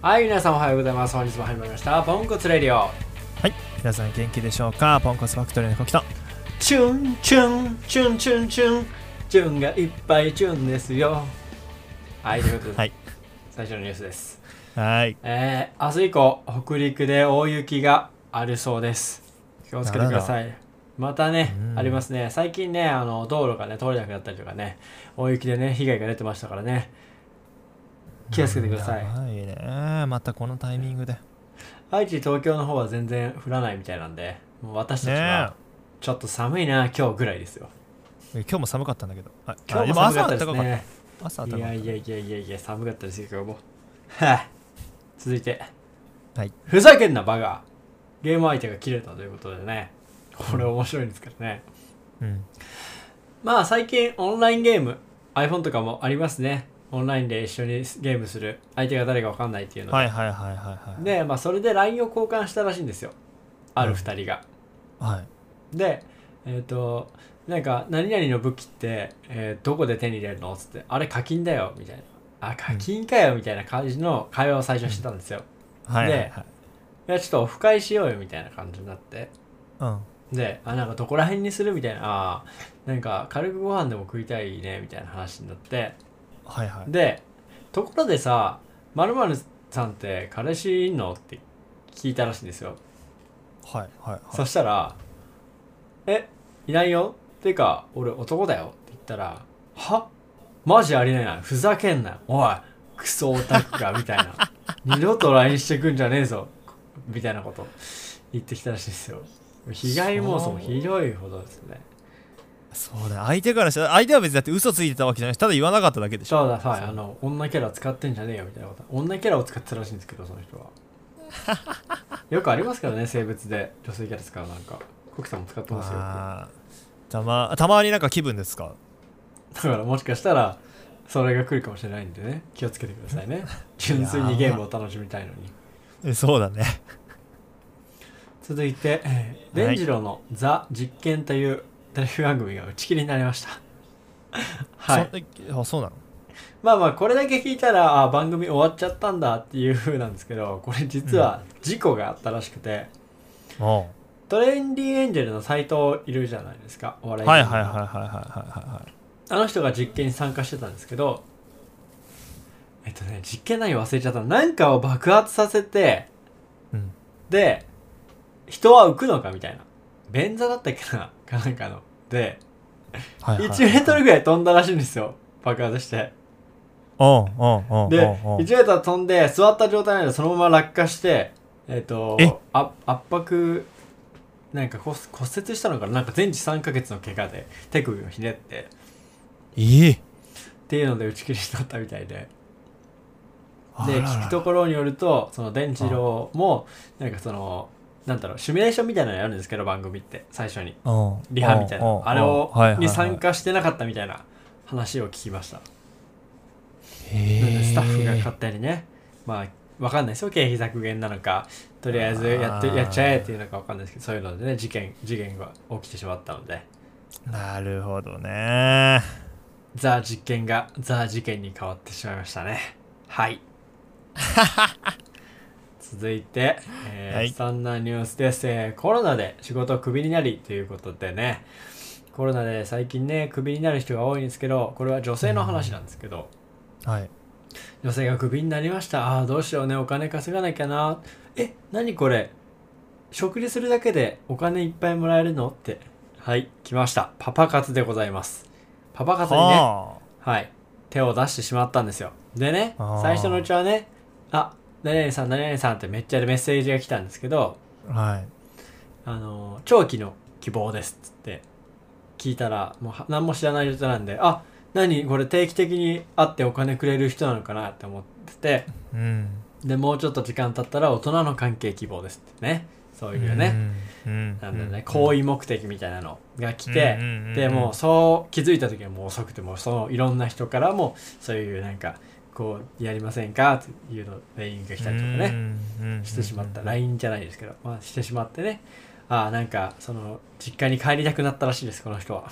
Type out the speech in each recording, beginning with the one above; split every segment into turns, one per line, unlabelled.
はい皆さんおはようございます本日も始まりましたポンコツレディオ
はい皆さん元気でしょうかポンコツファクトリーのコキと
チュンチュンチュンチュンチュンチュンがいっぱいチュンですよはいということで、
はい
最初のニュースです
はい
えー、明日以降北陸で大雪があるそうです気をつけてくださいまたね、
うん
ありますね最近ねあの道路がね通れなくなったりとかね大雪でね被害が出てましたからね気をつけてください
やばいねまたこのタイミングでね
愛知東京の方は全然降らないみたいなんでもう私たち
え
はちょっと寒いな今日ぐらいですよ
今日も寒かったんだけどあ
今
あ
日
で
も
も
寒か
朝は
ったで
暖
す
かかった
ね
朝は暖
い
か
や
かっ
いやいやいやいや寒かったですよ今日もはい続いて、
はい
ふざけんなバカゲーム相手が切れたということでねこれ面白いんですけどね
たうん
まあ最近オンラインゲーム iPhone とかもありますねオンラインで一緒にゲームする相手が誰か分かんないっていうので、
はいはいはいはいはい
でまあそれで LINE を交換したらしいんですよある2人が、
はい
でえっ、となんか「何々の武器って、えーどこで手に入れるの?」っつって「あれ課金だよ」みたいな「あ課金かよ」みたいな感じの会話を最初してたんですよ、
はいはいはい
いやちょっとオフ会しようよみたいな感じになって
うん
であなんかどこら辺にするみたいなあーなんか軽くご飯でも食いたいねみたいな話になって
はいはい
でところでさ「まるさんって彼氏いんの?」って聞いたらしいんですよ
はいはいは
そしたら「えいないよ」ていうか「俺男だよ」って言ったら「はマジありえないふざけんなよおいクソオタクか」みたいな「二度と LINE してくんじゃねえぞ」みたいなこと言ってきたらしいですよ被害妄想もひどいほどですね
いそうだよ相手からしたら相手は別にだって嘘ついてたわけじゃないしただ言わなかっただけでしょ
そうだはいあの女キャラ使ってんじゃねえよみたいなこと女キャラを使ってたらしいんですけどその人はよくありますからね性別で女性キャラ使うなんかコキさんも使ってますよよく
あーたまたまになんか気分ですか
だからもしかしたらそれが来るかもしれないんでね気をつけてください ね純粋にゲームを楽しみたいのに
えそうだね
続いてえー
はい
伝次郎の「ザ・実験」というテレビ番組が打ち切りになりましたはい
そあそうなの
まあまあこれだけ聞いたらあ番組終わっちゃったんだっていう風なんですけどこれ実は事故があったらしくて、
おう
トレンディエンジェルの斎藤いるじゃないですかお笑い
はい
芸人
はいはい
の
はいはいはいはい
あの人が実験に参加してたんですけどえっとね実験何忘れちゃったなんかを爆発させて
うん
で人は浮くのかみたいな便座だったっけな かなんかので
はいはいはい
1メートルぐらい飛んだらしいんですよ爆発して
おうおうおうおう
で
お
1
う
メートル飛んで座った状態なのでそのまま落下してえっ、と
え
あ圧迫なんか骨骨折したのかななんか全治3ヶ月の怪我で手首をひねって
いい
っていうので打ち切りになったみたいで
あら
で
ら
聞くところによるとその伝次郎もなんかそのなんだろうシミュレーションみたいなのやるんですけど番組って最初に
うん
リハみたい
うん
な
う
んあれを
はいはいはい
に参加してなかったみたいな話を聞きました
へ
なの
ー
でスタッフが勝手にねまあわかんないですよ経費削減なのかとりあえずやって
あー
やっちゃえっていうのかわかんないですけどそういうのでね事件事件が起きてしまったので
なるほどね
ザ実験がザ事件に変わってしまいましたねはい 続いて、えー
はい
そんなニュースです、えーコロナで仕事をクビになりということでねコロナで最近ねクビになる人が多いんですけどこれは女性の話なんですけど、
はい
女性がクビになりましたああーどうしようねお金稼がなきゃなえ何これ食事するだけでお金いっぱいもらえるのってはい来ましたパパ活でございますパパ活にね
は
はい、手を出してしまったんですよ。でね
あ、ー
最初のうちはね、あ、何々さん、何々さんってめっちゃメッセージが来たんですけど、
あはい
あのー、長期の希望ですっつって聞いたら、もうは何も知らない状態なんで、あ、何これ定期的に会ってお金くれる人なのかなって思ってて、
うん
で、もうちょっと時間経ったら大人の関係希望ですってね、そういうね、
うん
なんだよね、
う
行
い
為目的みたいなのが来て、
うん
でもうそう気づいた時はもう遅くてもうそのいろんな人からもそういうなんかこうやりませんかっていうの LINE が来たりとかね
ね
してしまった LINE じゃないですけど、まあ、してしまってねああなんかその実家に帰りたくなったらしいですこの人は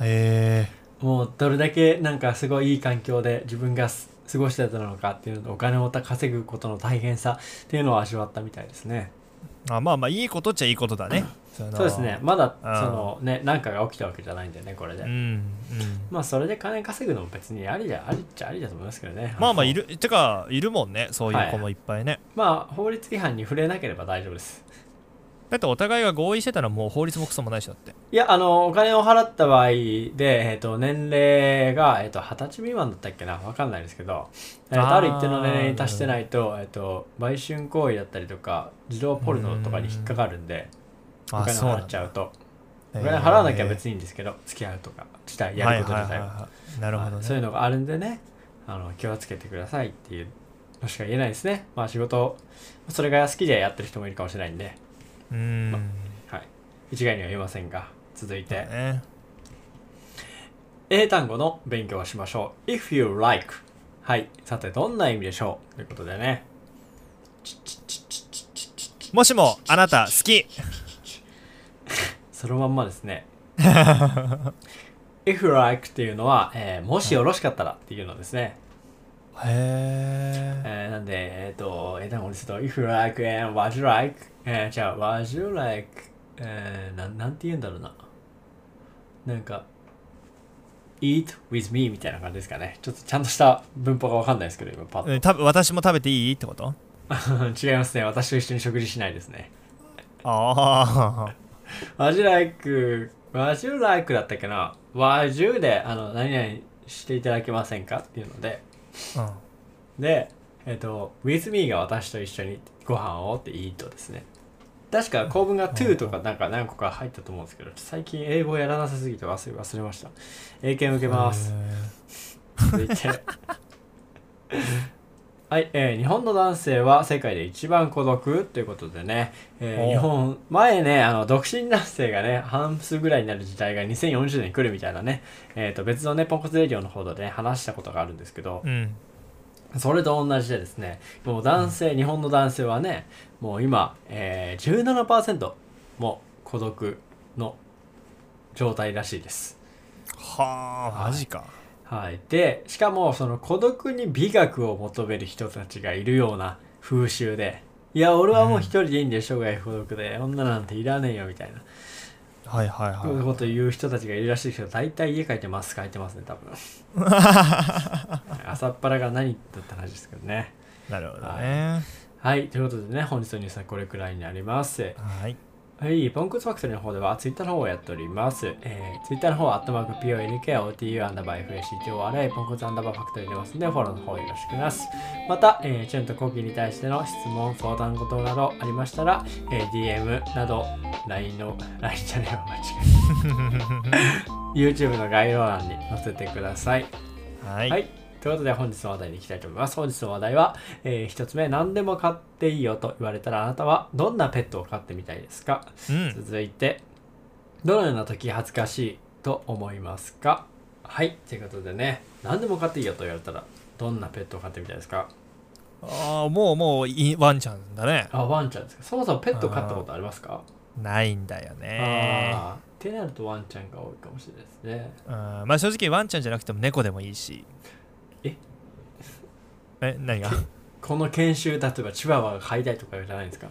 へえ
もうどれだけなんかすごいいい環境で自分がす過ごしてたのかっていうのとお金を稼ぐことの大変さっていうのを味わったみたいですね
あまあまあいいことっちゃいいことだねそう
そうですねまだそ
うん
のね何かが起きたわけじゃないんだよねこれで、
うん、うん、
まあそれで金稼ぐのも別にありじゃありっちゃありだと思いますけどね
まあま
の
あいるてかいるもんねそういう子もいっぱいね、
まあ法律違反に触れなければ大丈夫です
だってお互いが合意してたらもう法律もクソもないしだって
いや、あの、お金を払った場合で、えっ、と、年齢が、えっ、と、二十歳未満だったっけなわかんないですけど、えっ、と、
あー
ある一定の年齢に達してないと、えっ、と、売春行為だったりとか、児童ポルノとかに引っかかるんで、お
あ
金を払っちゃ
う
うと。お
なん
金
だ
払わなきゃ
へー
別にいいんですけど、付き合うとか、自体、やること自体
は
は。
いはいはいはいなるほど
はい
ね
そういうのがあるんでね、あの、気をつけてくださいっていうのしか言えないですね。まあ、仕事、それが好きでやってる人もいるかもしれないんで、
うーん
はい。一概には言えませんが、続いて。
ね
英単語の勉強をしましょう。If you like はい。さて、どんな意味でしょうということでね。
もしもあなた 好き
そのまんまですね。If you like っていうのは、えーもしよろしかったらっていうのですね。
へえ
えーなんで、えっ、と、英単語にすると、If you like and would you like? えーじゃあ、would you like? えーなん、なんて言うんだろうな。なんか、eat with me みたいな感じですかね。ちょっとちゃんとした文法がわかんないですけど、今パッと。
た私も食べていいってこと
違いますね。私と一緒に食事しないですね。
ああ
ワジュライク、ワジュライクだったっけなワジュで、あの、何々していただけませんかっていうので、
うん
で、えっ、と、with me が私と一緒にご飯をっていいとですね。確か構文が to とかなんか何個か入ったと思うんですけど、最近英語やらなさすぎて忘れ忘れました。英検受けます。続いてはい、えー日本の男性は世界で一番孤独ということでね、えー
おう
日本前ねあの独身男性がね半数ぐらいになる時代が2040年来るみたいなね、えー、と別のねポンコツレディオの方でね話したことがあるんですけど
うん
それと同じでですねもう男性、日本の男性はねもう今、えー、17%も孤独の状態らしいです
はあマジか
はい、でしかもその孤独に美学を求める人たちがいるような風習でいや俺はもう一人でいいんで生涯孤独で女なんていらねえよみたいな
はいはい
こういう
は
こと言う人たちがいるらしいけど大体家帰ってます帰ってますね多 分朝っぱらが何だった話ですけどね
いなるほどね
はいということでね本日のニュースはこれくらいになります
はい
はい、ポンコツファクトリーの方ではツイッターの方をやっております。えー、ツイッターの方は、アットマーク PONKOTU アンダーバー FACTORA ポンコツアンダーバーファクトリーでますので、フォローの方よろしくなす。また、えー、チュンとコーキーに対しての質問、相談事などありましたら、えー、DM など、LINE の、LINE じゃねえわ、間違えた YouTube の概要欄に載せてください。
は
はいい。ということで本日の話題に行きたいと思います。本日の話題は、え1つ目、何でも買っていいよと言われたらあなたはどんなペットを飼ってみたいですか
うん
続いてどのような時恥ずかしいと思いますかはいということでね何でも買っていいよと言われたらどんなペットを飼ってみたいですか
ああもうもういワンちゃんだね
あワンちゃんですかそもそもペット飼ったことありますか
ないんだよ
あ
ね
ーってなるとワンちゃんが多いかもしれないですね
うんまあ正直ワンちゃんじゃなくても猫でもいいし
え
え何が
この研修例えばチワワが飼いたいとかじゃないんですか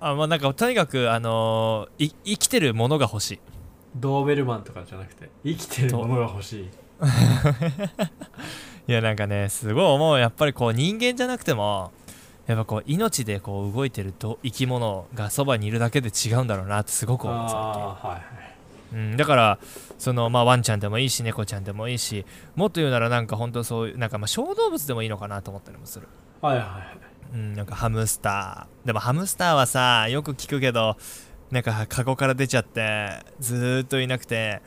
あまあなんかとにかくあのーい生きてるものが欲しい
ドーベルマンとかじゃなくて生きてるものが欲しい
いやなんかねすごい思うやっぱりこう人間じゃなくてもやっぱこう命でこう動いてると生き物がそばにいるだけで違うんだろうなってすごく思う
ああーはいはい
うん、だからそのまあワンちゃんでもいいし猫ちゃんでもいいしもっと言うならなんか本当そういうなんかまあ小動物でもいいのかなと思ったりもする
はいはい
うん、なんかハムスター。でもハムスターはさ、よく聞くけど、なんかカゴから出ちゃって、ずーっといなくて、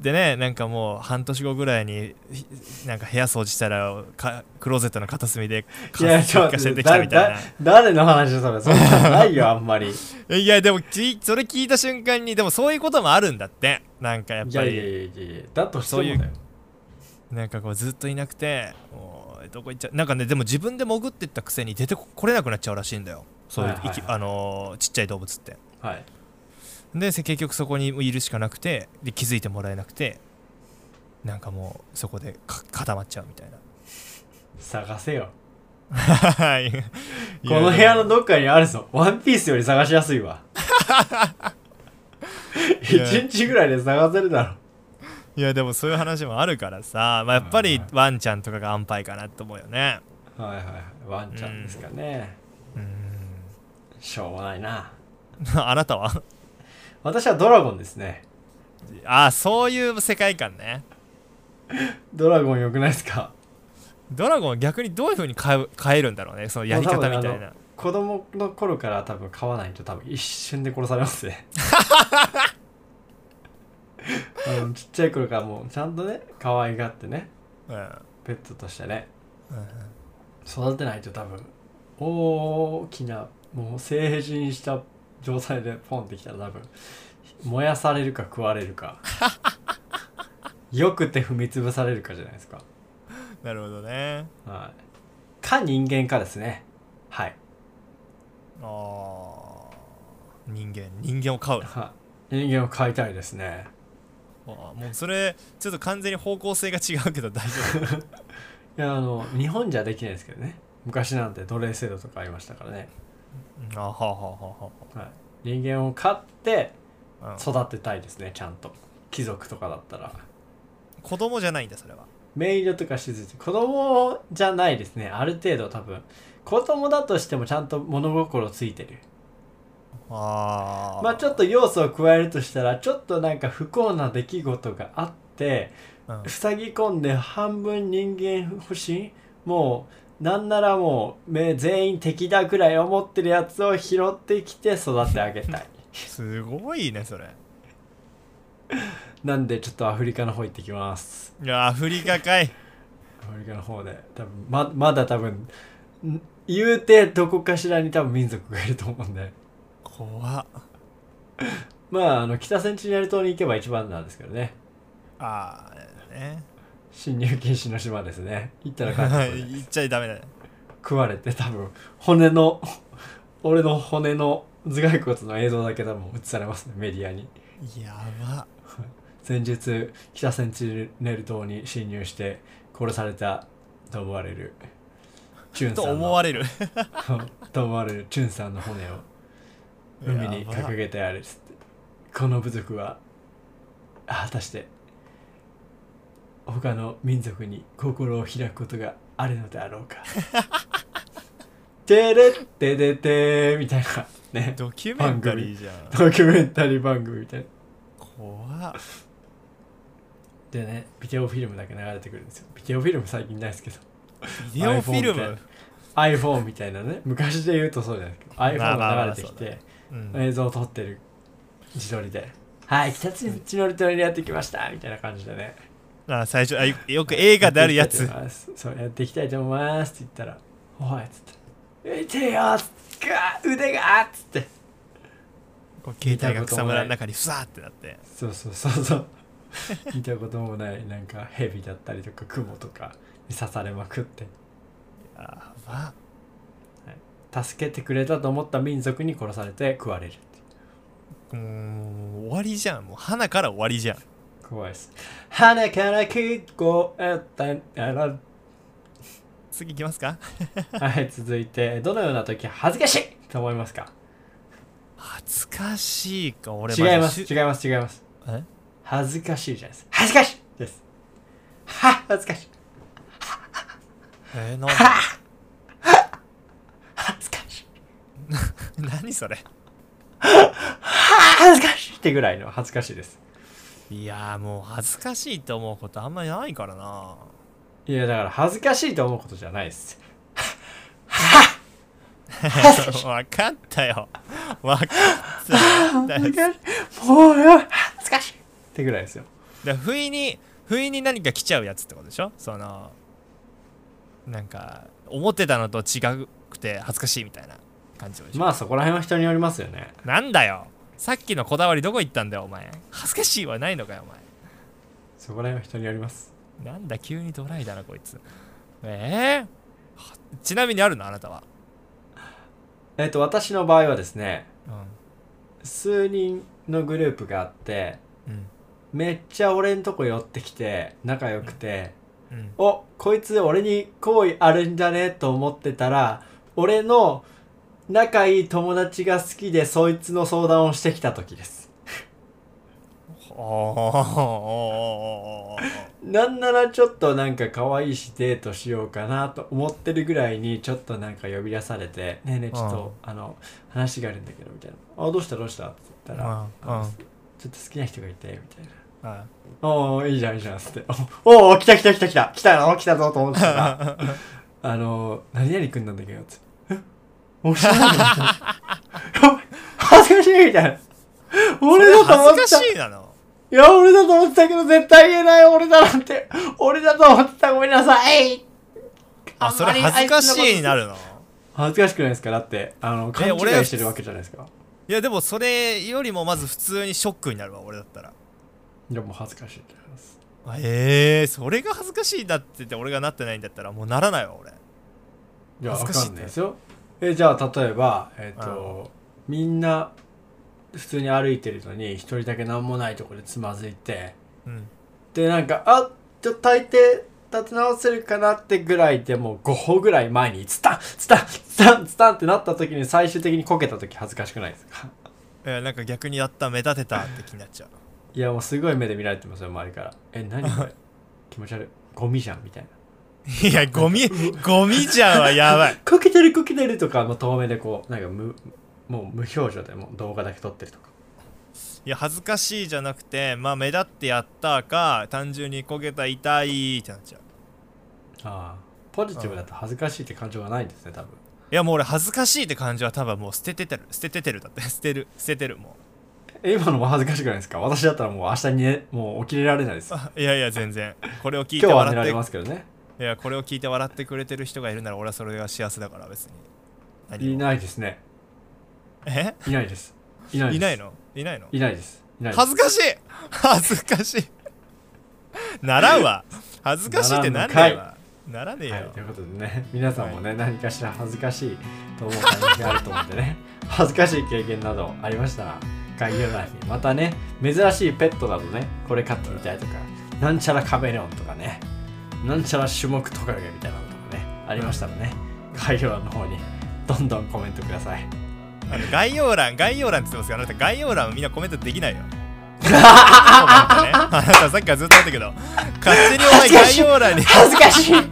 でね、なんかもう半年後ぐらいに、ひなんか部屋掃除したら、かクローゼットの片隅で、
いやちょっと
化してきたみたい
誰の話それそんなのないよあんまりい
な。いや、でもき、それ聞いた瞬間に、でもそういうこともあるんだって。なんかやっ
や
ぱ
いや
り、
いやいやだとして
そうい
も
う
だよ
なんかこうずっといなくて、もう、どこ行っちゃう。なんかね、でも自分で潜ってったくせに出てこ来れなくなっちゃうらしいんだよ。そういう、
はいはい
いきあのーちっちゃい動物って。
はい
でせ結局そこにいるしかなくてで気づいてもらえなくてなんかもうそこでか固まっちゃうみたいな
探せよ
はいいや
この部屋のどっかにあるぞワンピースより探しやすいわ一日ぐらいで探せるだろ
いやでもそういう話もあるからさ、まあ、やっぱりワンちゃんとかが安牌かなと思うよね
はいはいはいワンちゃんですかね、
うーん
しょうがないな
あなたは
私はドラゴンですね
あそういう世界観ね
ドラゴン良くないですか
ドラゴンは逆にどういう風に変え変えるんだろうねそのやり方みた
多
い
分あ
な
の子供の頃から多分飼わないと多分一瞬で殺されますねあのちっちゃい頃からもうちゃんとね可愛がってねペットとしてね
うんうん
育てないと多分大きなもう成人した状態でポンってきたら多分燃やされるか食われるかよくて踏み潰されるかじゃないですか
なるほどね
はいか人間かですねはい
あー人間人間を飼う
はい人間を飼いたいですね
あーもうそれちょっと完全に方向性が違うけど大丈夫
いやあの日本じゃできないですけどね昔なんて奴隷制度とかありましたからね、
あははは
はい、人間を飼って
は、うん
育てたいですねちゃんと貴族とかだったら
子供じゃないんだそれは
メイドとかしず子供じゃないですねある程度多分子供だとしてもちゃんと物心ついてる
あー
まあちょっと要素を加えるとしたらちょっとなんか不幸な出来事があって
うん
塞ぎ込んで半分人間不信もうなんならもうめ全員敵だぐらい思ってるやつを拾ってきて育てあげたい
すごいねそれ
なんでちょっとアフリカの方行ってきます
いやアフリカかい
アフリカの方で多分ままだ多分ん言うてどこかしらに多分民族がいると思うんで
怖っ
まああの北センチネル島に行けば一番なんですけどね
ああね
侵入禁止の島ですね行ったら帰ってこれない
言っちゃダメだね
食われて多分骨の俺の骨の頭蓋骨の映像だけ多分映されますねメディアに
やば
前日北センチネル島に侵入して殺されたと思われるチュン
と
さん
思
の
われる
と思われるチュンさんの骨を海に
やば
掲げてあるっつってこの部族は果たして他の民族に心を開くことがあるのであろう かてれってでてーみたいなね
ドキュメンタリーじゃん
ドキュメンタリー番組みたいな
怖っ
でねビデオフィルムだけ流れてくるんですよビデオフィルム最近ないですけど
ビデオフィル
iPhone み
ム
iPhone みたいなね昔で言うとそうじゃないですけど iPhone が流れてきて、
うん
映像を撮ってる自撮りで「はい北千のりとりにやってきました」みたいな感じでね
あ最初あよよく映画であるやつ
やっていきたいと思いますそうやっていきたいと思いますって言ったら「おい」っつって「見てよ」っつって「腕が」っつって
こう携帯が草むらの中にふさーってなって
そうそうそうそう見たこともないなんか蛇だったりとか雲とかに刺されまくって
やば
助けてくれたと思った民族に殺されて食われるって
もう終わりじゃんもう花から終わりじゃん
怖いです鼻から聞こえたあら
次行きますか
はい、続いて、どのような時恥ずかしいと思いますか
恥ずかしいか俺
違い
だ
ます、
し
違います、違います。
え
恥ずかしいじゃないです。恥ずかしいです。は恥ずかしい。
えーなんだ
恥ずかしい。
何それ
は恥ずかしいってぐらいの恥ずかしいです。
いやーもう恥ずかしいと思うことあんまりないから ない
や、だから恥ずかしいと思うことじゃないです。は恥ずかしい。
分かったよ分かった
恥ず
よ
かしい。もうよ、恥ずかしい。ってぐらいですよ。
で不意に不意に何か来ちゃうやつってことでしょそのなんか思ってたのと違くて恥ずかしいみたいな感じでしょ、
まあ、そこら辺は人によりますよね。
なんだよさっきのこだわりどこ行ったんだよお前恥ずかしいはないのかよお
そこら辺は人によります。
前なんだ急にドライだなこいつええちなみにあるのあなたは、
えっと、私の場合はですね、
う
数人のグループがあって、
んうん
めっちゃ俺んとこ寄ってきて仲良くて、
うん
おこいつ俺に好意あるんじゃねと思ってたら俺の仲いい友達が好きでそいつの相談をしてきた時です
おー
なんならちょっとなんか可愛いしデートしようかなと思ってるぐらいにちょっとなんか呼び出されて「ねえねえちょっと、あの話があるんだけど」みたいな「あどうしたどうした?」って言ったら
うん
あの
うん
ちょっと好きな人がいて」みたいな
あ
「おおいいじゃんいいじゃん」っつって「おおー来た来た来た来た来たの来たぞ」と思ってたら「あの何々くんなんだけど」っつって「え面白いの?」 恥ずかしい」みたいな「俺のと思っ
恥
て
ず
た
かしいなの
いや、俺だと思ってたけど、絶対言えない、俺だなんて。俺だと思ってた、ごめんなさい。
あそれ恥ずかしいにな
る。
るの
恥ずかしくないですかだって、あの、勘違い
俺
してるわけじゃないですか。
いやでもそれよりもまず普通にショックになるわ俺だったら
いや、もう恥ずかしいと思います。
あええそれが恥ずかしいだって言って俺がなってないんだったらもうならないわ俺
いや、わ
恥ずか
か
しい
んないですよ。え、じゃあ、例えば、えっ、と、みんな、普通に歩いてるのに、一人だけ何もないところでつまずいて、
うん
で、なんか、あちょっと大抵、立て直せるかなってぐらいでもう5歩ぐらい前にツタン ツタンツタンツタンってなった時に最終的にこけた時恥ずかしくないですか
えなんか逆にやった目立てたって気になっちゃう
いやもうすごい目で見られてますよ周りからえ何これ気持ち悪いゴミじゃんみたいない
や、ゴミ、ゴミじゃんはやばい。
こけてるこけてるとかもう遠目でこうなんか無もう無表情でもう動画だけ撮ってるとか
いや、恥ずかしいじゃなくて、まあ、目立ってやったか、単純に焦げた痛いってなっちゃう。
ああポジティブだと恥ずかしいって感情がないんですね多分
いや、もう俺、恥ずかしいって感じは多分もう捨てててる。捨てててるだって。捨てる。捨ててる、も
え今のも恥ずかしくないですか私だったらもう明日にねもう起きれられないです
う。 あいやいや、全然。これを聞いて
今日は寝
笑っ
ら
て、
れますけどね
いや、これを聞いて笑ってくれてる人がいるなら、俺はそれが幸せだから、別に。何も
いないですね
え
いないですいないです
いないのいないの
いないですいないです
恥ずかしい恥ずかしい 習うわ恥ずかしいってなんだよわならねえよ、
はい、ということでね、皆さんもね、何かしら恥ずかしいと思う可能性があると思ってね、 恥ずかしい経験などありましたら、概要欄に、またね、珍しいペットなどね、これ飼ってみたいとか、なんちゃらカメレオンとかね、なんちゃらシュモクトカゲみたいなのとかね、ありましたらね、概要欄の方にどんどんコメントください。
あの概要欄概要欄って言ってますけどあなた概要欄はみんなコメントできないよコメントねあなたさっきからずっと言ったけど勝手にお前
恥ずかし
概
い
要欄に
恥ずかしい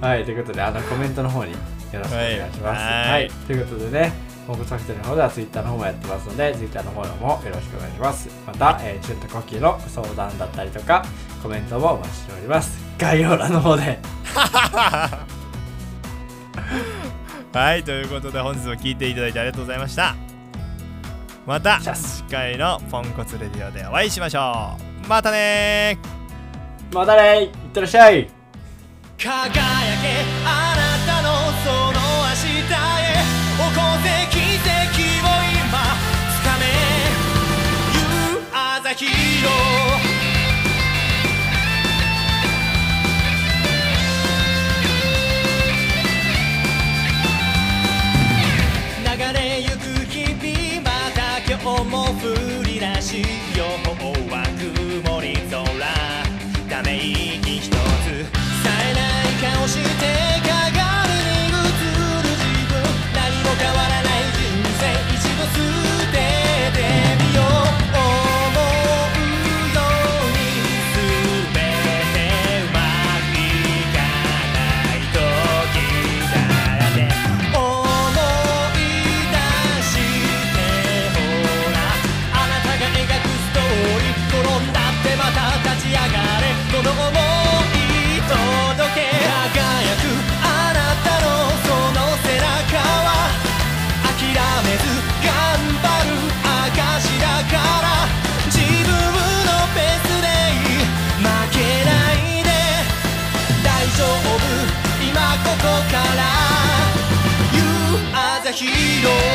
はい、ということで、あのコメントの方によろしくお願いします。
は
はいい、ということでね、報告作戦の方では Twitter の方もやってますので、Twitter の方もよろしくお願いします。また、えー、チュンとコッキーの相談だったりとか、コメントもお待ちしております。概要欄の方で。
はいということで本日も聞いていただいてありがとうございましたまた
チャス
次回のポンコツレディオでお会いしましょうまたねー
またねいってらっしゃい
輝けあなたのその明日へ起こせ奇跡を今掴め You are the hero 流れゆく日々また今日も降り出し予報は曇り空ため息一つ冴えない顔して鏡に映る自分何も変わらない人生一度捨ててみよう思うように全てうまくいかない時だって思い出してほらあなたが描くストーリー転んだってまた立ち上がれこの想い届け輝くあなたのその背中は諦めず頑張る証だから自分のペースでいい負けないで大丈夫今ここから You are the hero